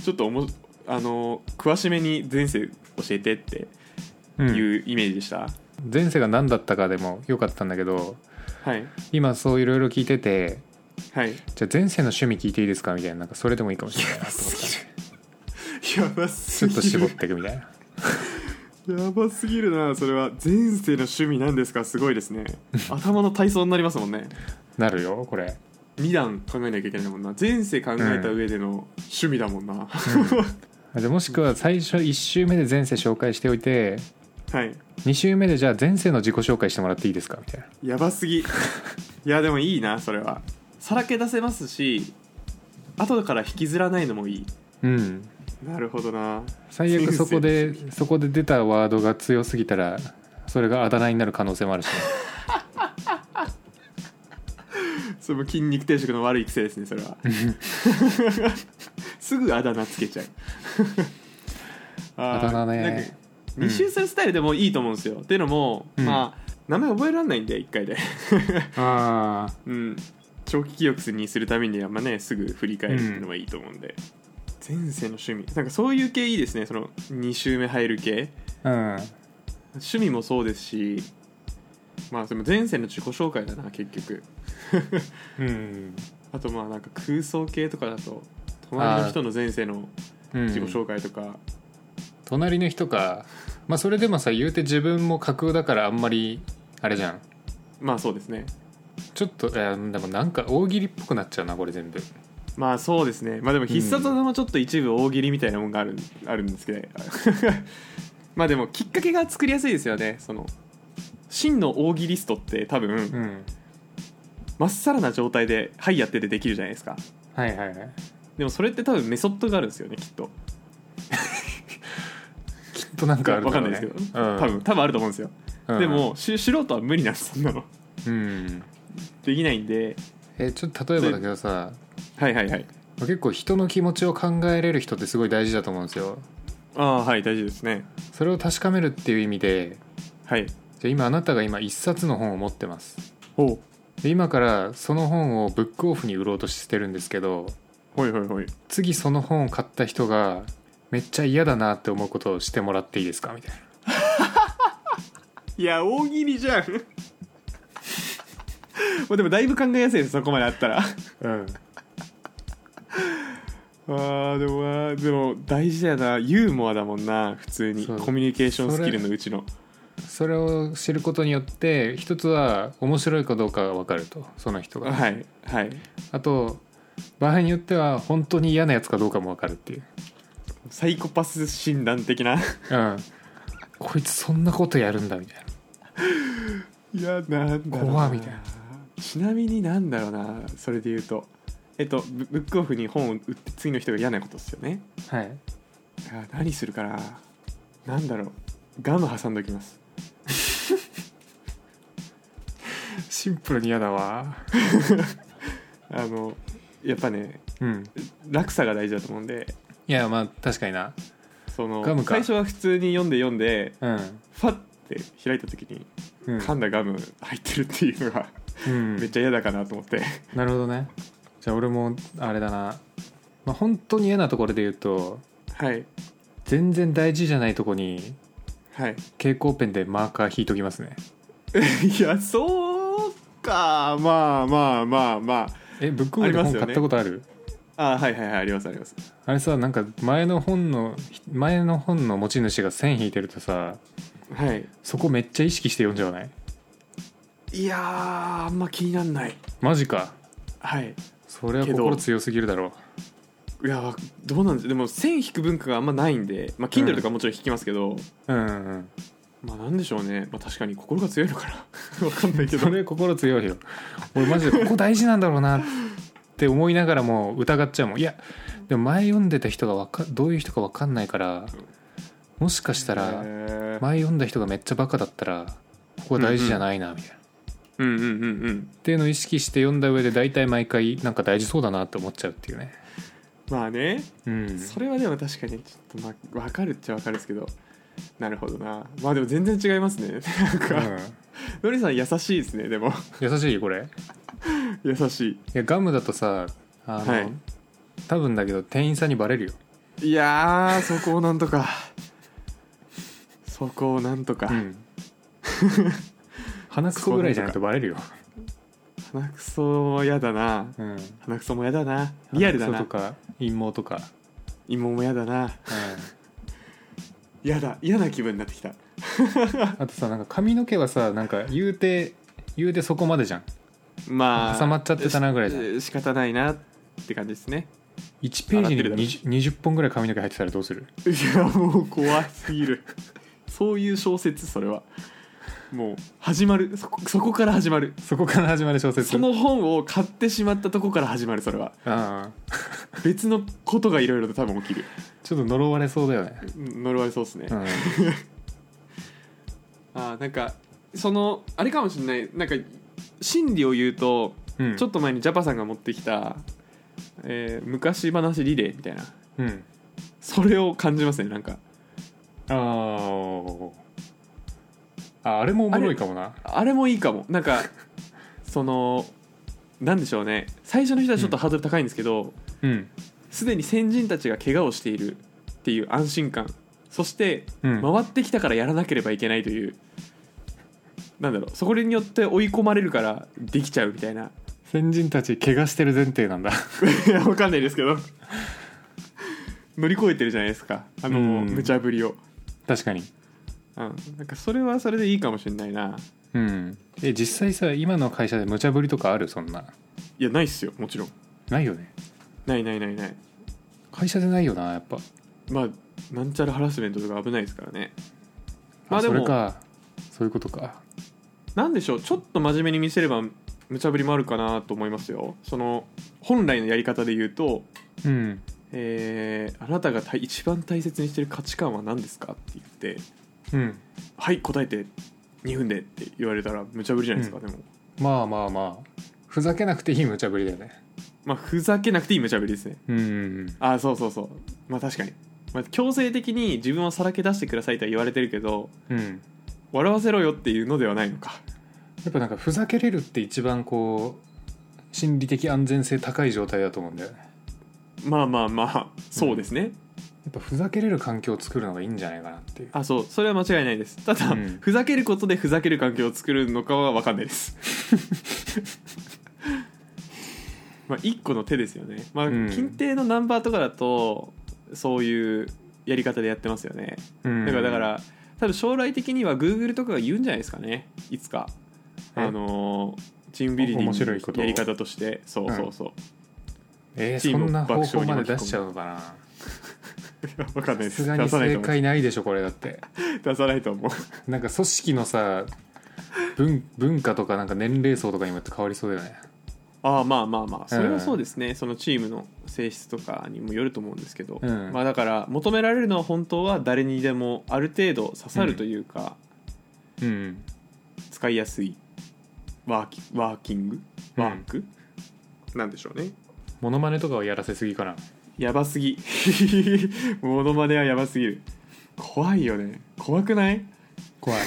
Speaker 1: ちょっとおもあの詳しめに前世教えてって
Speaker 2: うん
Speaker 1: いうイメージでした、
Speaker 2: 前世が何だったかでもよかったんだけど
Speaker 1: はい
Speaker 2: 今そういろいろ聞いてて
Speaker 1: はい
Speaker 2: じゃあ前世の趣味聞いていいですかみたいななんかそれでもいいかもしれないなと思って
Speaker 1: やば
Speaker 2: ち
Speaker 1: す
Speaker 2: ょ
Speaker 1: ぎ
Speaker 2: っ
Speaker 1: る
Speaker 2: と絞っていくみたいな
Speaker 1: やばすぎるなそれは前世の趣味なんですかすごいです [LAUGHS] ね頭の体操になりますもんね
Speaker 2: なるよこれ
Speaker 1: 2段考えなきゃいけないもんな前世考えた上での趣味だもんな、
Speaker 2: でもしくは最初1周目で前世紹介しておいて
Speaker 1: はい
Speaker 2: 2周目でじゃあ前世の自己紹介してもらっていいですかみたいな
Speaker 1: やばすぎいやでもいいなそれはさらけ出せますし後から引きずらないのもいい
Speaker 2: うん
Speaker 1: なるほどな
Speaker 2: 最悪そ
Speaker 1: 前世の
Speaker 2: こで
Speaker 1: 趣
Speaker 2: そこで出たワードが強すぎたらそれがあだ名になる可能性もあ
Speaker 1: [LAUGHS]
Speaker 2: るしね、
Speaker 1: 味それも筋肉定食の悪い癖ですねそれ
Speaker 2: [LAUGHS]
Speaker 1: はすぐあだ名つけちゃうあー
Speaker 2: あだ名ね
Speaker 1: なんか二周するスタイルでもいいと思うんですよ、っていうのも、
Speaker 2: うん
Speaker 1: まあ名前覚えられないんで1回で
Speaker 2: ああ
Speaker 1: うん長期記憶にするためにはまあねすぐ振り返るっていうのがいいと思うんで、前世の趣味なんかそういう系いいですねその2周目入る系
Speaker 2: うん
Speaker 1: 趣味もそうですしまあでも前世の自己紹介だな結局
Speaker 2: うん
Speaker 1: あとまあなんか空想系とかだと隣の人の前世の
Speaker 2: うん
Speaker 1: 自己紹介とか、
Speaker 2: 隣の人かまあそれでもさ言うて自分も架空だからあんまりあれじゃん
Speaker 1: まあそうですね
Speaker 2: ちょっと、えーでもなんか大喜利っぽくなっちゃうなこれ全部
Speaker 1: まあそうですねまあでも必殺技もちょっと一部大喜利みたいなもんがあるあるんですけど [LAUGHS] まあでもきっかけが作りやすいですよねその真の大喜利ストって多分、
Speaker 2: うん
Speaker 1: まっさらな状態で「はいやって」てできるじゃないですか
Speaker 2: はいはいはい
Speaker 1: でもそれって多分メソッドがあるんですよねきっと
Speaker 2: きっとなんかある
Speaker 1: わかんない
Speaker 2: ね
Speaker 1: ですけど、
Speaker 2: うん
Speaker 1: 多分多分あると思うんですよ、
Speaker 2: うん
Speaker 1: でもし素人は無理なんですそんなの
Speaker 2: うん
Speaker 1: できないんで
Speaker 2: えちょっと例えばだけどさ
Speaker 1: はいはいはい
Speaker 2: 結構人の気持ちを考えれる人ってすごい大事だと思うんですよ
Speaker 1: ああはい大事ですね
Speaker 2: それを確かめるっていう意味で
Speaker 1: はい
Speaker 2: じゃあ今あなたが今一冊の本を持ってます
Speaker 1: お
Speaker 2: で今からその本をブックオフに売ろうとしてるんですけど
Speaker 1: ほいほいほい
Speaker 2: 次その本を買った人がめっちゃ嫌だなって思うことをしてもらっていいですかみたいない
Speaker 1: や大喜利じゃん [LAUGHS] もうでもだいぶ考えやすいですそこまであったら [LAUGHS] あ
Speaker 2: うん
Speaker 1: ーでもなでも大事だよなユーモアだもんな普通に
Speaker 2: そう
Speaker 1: コミュニケーションスキルのうちの
Speaker 2: それを知ることによって一つは面白いかどうかが分かるとその人 [LAUGHS] が
Speaker 1: はいはい
Speaker 2: あと場合によっては本当に嫌なやつかどうかも分かるっていう
Speaker 1: サイコパス診断的 [LAUGHS] な
Speaker 2: うんこいつそんなことやるんだみたいない
Speaker 1: やなんだろう
Speaker 2: 怖みたいな
Speaker 1: ちなみになんだろうなそれで言うとえっとブブックオフに本を売って次の人が嫌なことですよね
Speaker 2: はい
Speaker 1: あ何するかななんだろうガム挟んでおきます
Speaker 2: シンプルに嫌だわ
Speaker 1: あのやっぱね
Speaker 2: うん
Speaker 1: 落差が大事だと思うんで
Speaker 2: いやまあ確かにな
Speaker 1: その
Speaker 2: ガムか
Speaker 1: 最初は普通に読んで読んで
Speaker 2: うん、
Speaker 1: ファッて開いた時に
Speaker 2: うん
Speaker 1: 噛んだガム入ってるっていうのが
Speaker 2: うん
Speaker 1: めっちゃ嫌だかなと思って [LAUGHS]
Speaker 2: なるほどねじゃあ俺もあれだな、まあ、本当に嫌なところで言うと
Speaker 1: はい
Speaker 2: 全然大事じゃないとこに
Speaker 1: はい
Speaker 2: [LAUGHS] 蛍光ペンでマーカー引いときますね
Speaker 1: いやそうかまあまあまあま
Speaker 2: えブックオ
Speaker 1: あ
Speaker 2: フ
Speaker 1: り
Speaker 2: で
Speaker 1: ます
Speaker 2: 本
Speaker 1: よね
Speaker 2: 買ったことある
Speaker 1: ああはいはいはいありますあります
Speaker 2: あれさなんか前の本の前の本の持ち主が線引いてるとさ
Speaker 1: はい
Speaker 2: そこめっちゃ意識して読んじゃわない
Speaker 1: いやーあんま気になんない
Speaker 2: マジか
Speaker 1: はい
Speaker 2: それは
Speaker 1: けど
Speaker 2: 心強すぎるだろ
Speaker 1: いやーどうなんですでも線引く文化があんまないんでまあ Kindle とかもちろん引きますけど、
Speaker 2: ううんうん
Speaker 1: まあなんでしょうね、まあ、確かに心が強いのかな [LAUGHS] わかんない
Speaker 2: うん
Speaker 1: けど
Speaker 2: それ心強いよ俺マジでここ大事なんだろうなって思いながらも疑っちゃうもんいやでも前読んでた人がわかどういう人か分かんないからもしかしたら
Speaker 1: えー
Speaker 2: 前読んだ人がめっちゃバカだったらここ大事じゃないなみたいな、
Speaker 1: うんうんうんうん
Speaker 2: っていうのを意識して読んだ上で大体毎回なんか大事そうだなって思っちゃうっていうね
Speaker 1: まあね
Speaker 2: うん
Speaker 1: それはでも確かにちょっと、ま、分かるっちゃ分かるんですけどなるほどなまあでも全然違いますね [LAUGHS] なんか、のりさん優しいですねでも [LAUGHS]
Speaker 2: うん、優しいこれ
Speaker 1: 優し
Speaker 2: いやガムだとさあの、
Speaker 1: はい
Speaker 2: 多分だけど店員さんにバレるよ
Speaker 1: いいやーそこをなんとかそこをなんとか、 [LAUGHS]
Speaker 2: うん鼻くそぐらいじゃないとバレるよ、
Speaker 1: 鼻くそは嫌だな
Speaker 2: うん、
Speaker 1: 鼻くそも嫌だなリアルだ
Speaker 2: 鼻
Speaker 1: な
Speaker 2: くそとか陰謀とか、
Speaker 1: 芋も嫌だな
Speaker 2: う
Speaker 1: 嫌だ嫌な気分になってきた
Speaker 2: ん、 [LAUGHS] あとさなんか髪の毛はさなんか言うて言うてそこまでじゃん
Speaker 1: まあ
Speaker 2: 挟まっちゃってたなぐらいじゃん
Speaker 1: し仕方ないなって感じですね
Speaker 2: 1ペ
Speaker 1: 洗
Speaker 2: ージ
Speaker 1: ってるだろ
Speaker 2: に 20, 20本ぐらい髪の毛入ってたらどうする
Speaker 1: いやもう怖すぎるそういう小説それはもう始まるそこそこから始まる
Speaker 2: そこから始まる小説
Speaker 1: その本を買ってしまったとこから始まるそれは
Speaker 2: ああ
Speaker 1: 別のことがいろいろと多分起きる
Speaker 2: ちょっと呪われそうだよね、
Speaker 1: 呪われそうっすね、
Speaker 2: う
Speaker 1: あ
Speaker 2: ん
Speaker 1: ーなんかそのあれかもしれないなんか心理を言うと、
Speaker 2: う
Speaker 1: [LAUGHS]
Speaker 2: ん、
Speaker 1: ちょっ
Speaker 2: と、
Speaker 1: と前にジャパさんが持ってきた、えー昔話リレーみたいな
Speaker 2: うん、
Speaker 1: それを感じますねなんか
Speaker 2: あーああれもおもろいかもな
Speaker 1: あれもいいかもなんかそのなんでしょうね最初の人はちょっとハードル高いんですけど
Speaker 2: うん
Speaker 1: すで、に先人たちが怪我をしているっていう安心感そして、
Speaker 2: うん
Speaker 1: 回ってきたからやらなければいけないというなんだろうそこによって追い込まれるからできちゃうみたいな [LAUGHS]
Speaker 2: 先人たち怪我してる前提なんだ [LAUGHS]
Speaker 1: いやわかんないですけど乗り越えてるじゃないですかあの
Speaker 2: うん
Speaker 1: 無茶ぶりを、
Speaker 2: 確かに
Speaker 1: うん、なんかそれはそれでいいかもしれないな
Speaker 2: うんえ実際さ今の会社で無茶ぶりとかあるそんない
Speaker 1: やないっすよもちろん
Speaker 2: ないよね
Speaker 1: ないないないない
Speaker 2: 会社でないよなやっぱ
Speaker 1: まあなんちゃらハラスメントとか危ないですからねまあで
Speaker 2: それ
Speaker 1: も
Speaker 2: かそういうことか
Speaker 1: なんでしょうちょっと真面目に見せれば無茶ぶりもあるかなと思いますよその本来のやり方で言うと、
Speaker 2: うん
Speaker 1: えーあなたが大一番大切にしてる価値観は何ですか?」って言って
Speaker 2: うん
Speaker 1: 「はい答えて2分で」って言われたら無茶ぶりじゃないですか、で
Speaker 2: う
Speaker 1: も
Speaker 2: まあまあまあふざけなくていい無茶ぶりだよね
Speaker 1: まあふざけなくていい無茶ぶりですね
Speaker 2: うんうん
Speaker 1: ああそうそうそうまあ確かに、まあ、強制的に自分をさらけ出してくださいとは言われてるけど
Speaker 2: うんうん
Speaker 1: 笑わせろよっていうのではないのか
Speaker 2: やっぱなんかふざけれるって一番こう心理的安全性高い状態だと思うんだよね
Speaker 1: まあまあまあそうですね、
Speaker 2: やっぱふざけれる環境を作るのがいいんじゃないかなっていう
Speaker 1: あそうそれは間違いないですただ、
Speaker 2: うん
Speaker 1: ふざけることでふざける環境を作るのかは分かんないです
Speaker 2: [LAUGHS]
Speaker 1: まあ一個の手ですよねまあ、
Speaker 2: うん
Speaker 1: 近定のナンバーとかだとそういうやり方でやってますよね
Speaker 2: うん
Speaker 1: だからだから多分将来的には Google とかが言うんじゃないですかねいつか
Speaker 2: え
Speaker 1: あのーチームビルディン
Speaker 2: 面白いこ
Speaker 1: グ
Speaker 2: と
Speaker 1: のやり方としてそうそうそう、
Speaker 2: えー
Speaker 1: チー
Speaker 2: そ
Speaker 1: ムを
Speaker 2: んな
Speaker 1: 爆
Speaker 2: 方
Speaker 1: 笑
Speaker 2: 法
Speaker 1: に
Speaker 2: ま
Speaker 1: 巻き込
Speaker 2: で
Speaker 1: む
Speaker 2: 出しちゃうのかな
Speaker 1: [LAUGHS] 分かんないです
Speaker 2: さすが
Speaker 1: 出
Speaker 2: に
Speaker 1: さないと
Speaker 2: 正
Speaker 1: 思う
Speaker 2: 解ないでしょこれだって
Speaker 1: 出さないと思う
Speaker 2: なんか組織のさ文文化とかなんか年齢層とかにもよって変わりそうだよね
Speaker 1: ああまあまあまあそれはそうですね、そのチームの性質とかにもよると思うんですけど、
Speaker 2: うん
Speaker 1: まあだから求められるのは本当は誰にでもある程度刺さるというか、
Speaker 2: うん
Speaker 1: 使いやすいワーキワーキングワーク、なんでしょうね
Speaker 2: モノマネとかをやらせすぎかな
Speaker 1: やばすぎ [LAUGHS] モノマネはやばすぎる怖いよね怖くない
Speaker 2: [LAUGHS] 怖い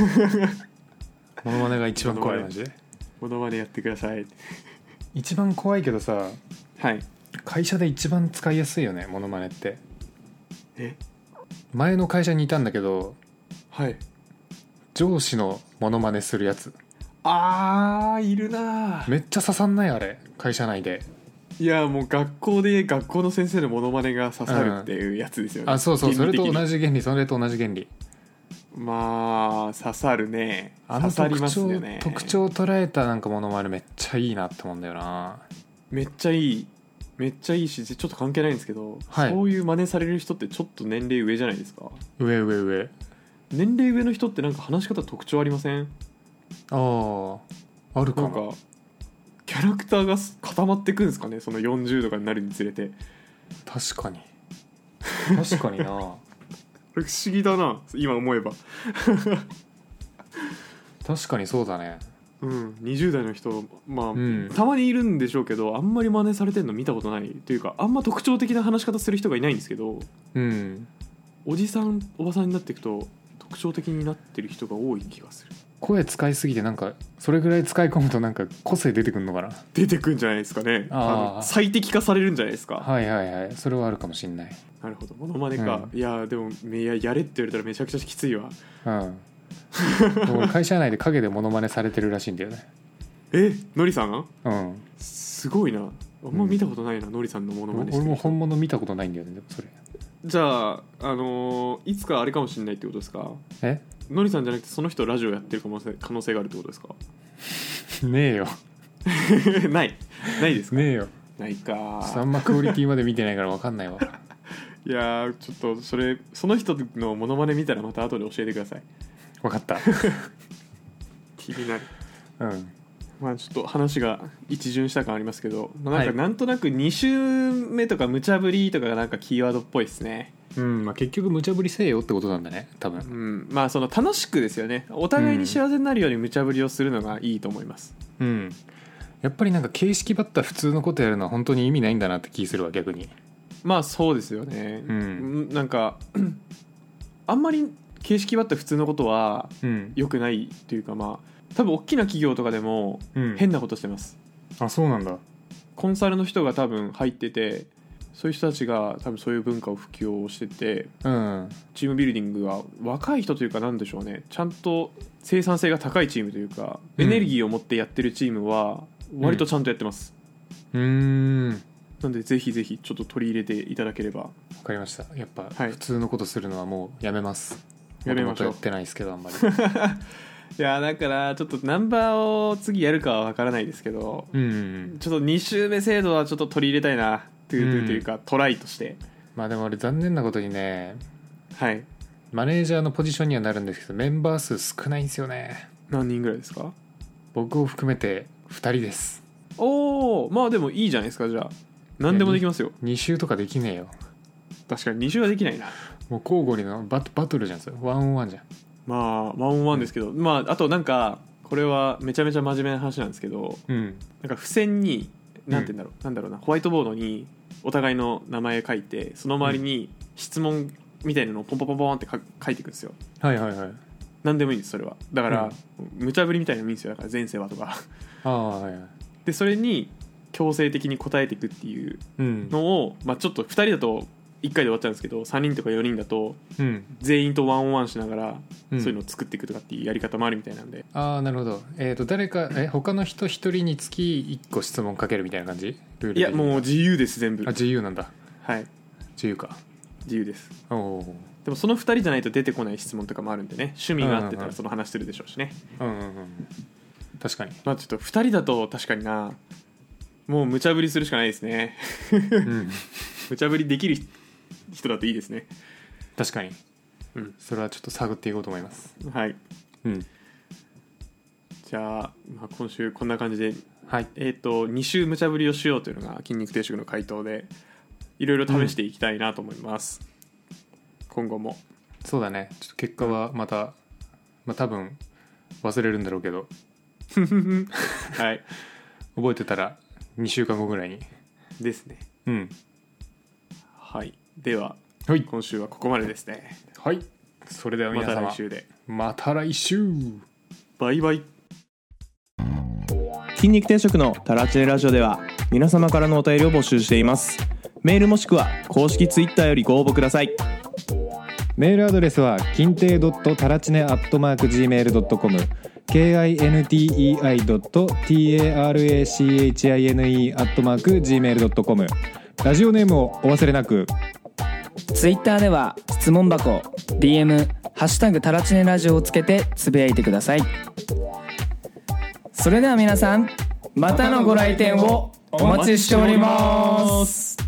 Speaker 2: モノマネが一番怖いマジで
Speaker 1: モノマネやってください
Speaker 2: 一番怖いけどさ
Speaker 1: はい
Speaker 2: 会社で一番使いやすいよねモノマネって
Speaker 1: え
Speaker 2: 前の会社にいたんだけど
Speaker 1: はい
Speaker 2: 上司のモノマネするやつ
Speaker 1: あーいるなー
Speaker 2: めっちゃ刺さんないあれ会社内で
Speaker 1: いやもう学校で学校の先生のモノマネが刺さるっていうやつですよね、
Speaker 2: あそうそうそ
Speaker 1: 原
Speaker 2: れ
Speaker 1: 理的
Speaker 2: と
Speaker 1: に
Speaker 2: 同じ原理それと同じ原理
Speaker 1: まあ刺さるね
Speaker 2: あの
Speaker 1: 刺さ
Speaker 2: 特
Speaker 1: ります
Speaker 2: 徴,、
Speaker 1: よね
Speaker 2: 特徴を捉えたなんかモノマネめっちゃいいなって思うんだよな
Speaker 1: めっちゃいいめっちゃいいしちょっと関係ないんですけど、
Speaker 2: はい
Speaker 1: そういう真似される人ってちょっと年齢上じゃないですか
Speaker 2: 上上上
Speaker 1: 年齢上の人ってなんか話し方特徴ありません
Speaker 2: あああるか
Speaker 1: な
Speaker 2: も
Speaker 1: んかキャラクターがす固まってくんですかねその40とかになるにつれて
Speaker 2: 確かに [LAUGHS] 確かにな
Speaker 1: これ不思議だな今思えば
Speaker 2: 確かにそうだね
Speaker 1: うん20代の人まあ、
Speaker 2: うん
Speaker 1: たまにいるんでしょうけどあんまり真似されてるの見たことないというかあんま特徴的な話し方する人がいないんですけど
Speaker 2: うん
Speaker 1: おじさんおばさんになっていくと特徴的になってる人が多い気がする
Speaker 2: 声使いすぎてなんかそれぐらい使い込むとなんか個性出てくるのかな
Speaker 1: 出てくんじゃないですかね
Speaker 2: あー
Speaker 1: の最適化されるんじゃないですか、
Speaker 2: はいはいはいそれはあるかもしんない
Speaker 1: なるほどモノマネか、いやーでもいややれって言われたらめちゃくちゃきついわ
Speaker 2: うん俺会社内で陰でモノマネされてるらしいんだよね
Speaker 1: えのりさん
Speaker 2: うん
Speaker 1: すごいなあんま見たことないな、のりさんのモノマネし
Speaker 2: 俺
Speaker 1: て
Speaker 2: も
Speaker 1: る人
Speaker 2: 本物見たことないんだよねでもそれ
Speaker 1: じゃああのーいつかあれかもしれないってことですか
Speaker 2: [LAUGHS] え
Speaker 1: のりさんじゃなくてその人ラジオやってる可能性可能性があるってことです [LAUGHS] か
Speaker 2: ねえよ
Speaker 1: ないないですか、
Speaker 2: ねえよ
Speaker 1: ないか
Speaker 2: あんまクオリティまで見てないから分かんないわ
Speaker 1: いやーちょっとそれその人のモノマネ見たらまた後で教えてください
Speaker 2: 分かった
Speaker 1: 気になる
Speaker 2: うん
Speaker 1: まあちょっと話が一巡した感ありますけど、まあ、なん
Speaker 2: は
Speaker 1: か
Speaker 2: い
Speaker 1: なんとなく2週目とか無茶ぶりとかがなんかキーワードっぽいですね
Speaker 2: うんまあ結局無茶ぶりせえよってことなんだね多
Speaker 1: う
Speaker 2: 分
Speaker 1: んまあその楽しくですよねお互いに幸せになるように無茶ぶりをするのがいいと思います、
Speaker 2: うんやっぱりなんか形式ばった普通のことやるのは本当に意味ないんだなって気するわ逆に
Speaker 1: まあそうですよね、
Speaker 2: う
Speaker 1: ん
Speaker 2: ん
Speaker 1: なんか [CLEARS THROAT] あんまり形式ばった普通のことは
Speaker 2: うん
Speaker 1: 良くないというかまあ多分大きな企業とかでも
Speaker 2: うん
Speaker 1: 変なことしてます、
Speaker 2: あそうなんだ
Speaker 1: コンサルの人が多分入っててそういう人たちが多分そういう文化を普及してて
Speaker 2: うん
Speaker 1: チームビルディングが若い人というかなんでしょうねちゃんと生産性が高いチームというか、
Speaker 2: うん
Speaker 1: エネルギーを持ってやってるチームは割とちゃんとやってます、
Speaker 2: うーんわ
Speaker 1: なんでぜひぜひちょっと取り入れていただければ
Speaker 2: かりましたやっぱ
Speaker 1: はい
Speaker 2: 普通のことするのはもうやめます
Speaker 1: やめましょう
Speaker 2: 元々やってないですけど
Speaker 1: [LAUGHS]
Speaker 2: あんまり
Speaker 1: いやーだからちょっとナンバーを次やるかは分からないですけど
Speaker 2: うんうんうん
Speaker 1: ちょっと2周目制度はちょっと取り入れたいなという,、
Speaker 2: うん
Speaker 1: というかトライとして
Speaker 2: まあでも俺残念なことにね
Speaker 1: はい
Speaker 2: マネージャーのポジションにはなるんですけどメンバー数少ないんですよね
Speaker 1: 何人ぐらいですか
Speaker 2: 僕を含めて2人です
Speaker 1: おおまあでもいいじゃないですかじゃあ何でもできますよ
Speaker 2: 2周とかできねえよ
Speaker 1: 確かに2周はできないな
Speaker 2: もう交互にのバトバトルじゃんそれワンオンワンじゃん
Speaker 1: まあワンオンワンですけど、まああとなんかこれはめちゃめちゃ真面目な話なんですけど
Speaker 2: うん
Speaker 1: なんか付箋に何て言うんだろう、なんだろうなホワイトボードにお互いの名前書いてその周りに質問みたいなのをポンポンポンポンって書書いていくんですよ
Speaker 2: はいはいはい
Speaker 1: 何でもいいんですそれはだから、無茶ぶりみたいなのもいいんですよだから前世はとか [LAUGHS]
Speaker 2: ああはいはい
Speaker 1: でそれに強制的に答えていくっていう
Speaker 2: うん
Speaker 1: のを、まあ、ちょっと2人だと1回で終わっちゃうんですけど3人とか4人だと
Speaker 2: うん
Speaker 1: 全員とワンオンワンしながら、
Speaker 2: うん
Speaker 1: そういうのを作っていくとかっていうやり方もあるみたいなんで
Speaker 2: ああなるほどえっ、と誰かえ他の人一人につき1個質問かけるみたいな感じルール
Speaker 1: いやもう
Speaker 2: う
Speaker 1: 自由です全部
Speaker 2: あ自由なんだ
Speaker 1: はい
Speaker 2: 自由か
Speaker 1: 自由です
Speaker 2: おお
Speaker 1: でもその2人じゃないと出てこない質問とかもあるんでね趣味が合ってた
Speaker 2: うんうんう
Speaker 1: ら
Speaker 2: ん
Speaker 1: その話するでしょうしね、
Speaker 2: うんうんうん確かに
Speaker 1: まあちょっと2人だと確かになもう無茶ぶりするしかないですね [LAUGHS]
Speaker 2: うん
Speaker 1: 無茶ぶりできる人人だといいですね
Speaker 2: 確かに
Speaker 1: うん
Speaker 2: それはちょっと探っていこうと思います
Speaker 1: はい
Speaker 2: うん
Speaker 1: じゃあ,、まあ今週こんな感じで
Speaker 2: はい
Speaker 1: えっ、と2週無茶ぶりをしようというのが筋肉定食の回答でいろいろ試していきたいなと思います、今後も
Speaker 2: そうだねちょっと結果はまた、まあ、多分忘れるんだろうけど
Speaker 1: はい
Speaker 2: 覚えてたら2週間後ぐらいに
Speaker 1: ですね
Speaker 2: うん
Speaker 1: はいでは
Speaker 2: はい
Speaker 1: 今週はここまでですね
Speaker 2: はいそれでは
Speaker 1: ま
Speaker 2: 皆
Speaker 1: た
Speaker 2: 様
Speaker 1: 来週で
Speaker 2: また来週
Speaker 1: バイバイ
Speaker 3: 筋肉定食のタラチネラジオでは皆様からのお便りを募集していますメールもしくは公式ツイッターよりご応募ください
Speaker 4: メールアドレスは金亭ドットタラチネアットマーク gmail ドットコム k i n t e i ドット t a r a c h i n e アットマーク gmail ドットコムラジオネームをお忘れなく。
Speaker 5: ツイッターでは質問箱 DM「ハッシュタグタラチネラジオ」をつけてつぶやいてくださいそれでは皆さんまたのご来店をお待ちしております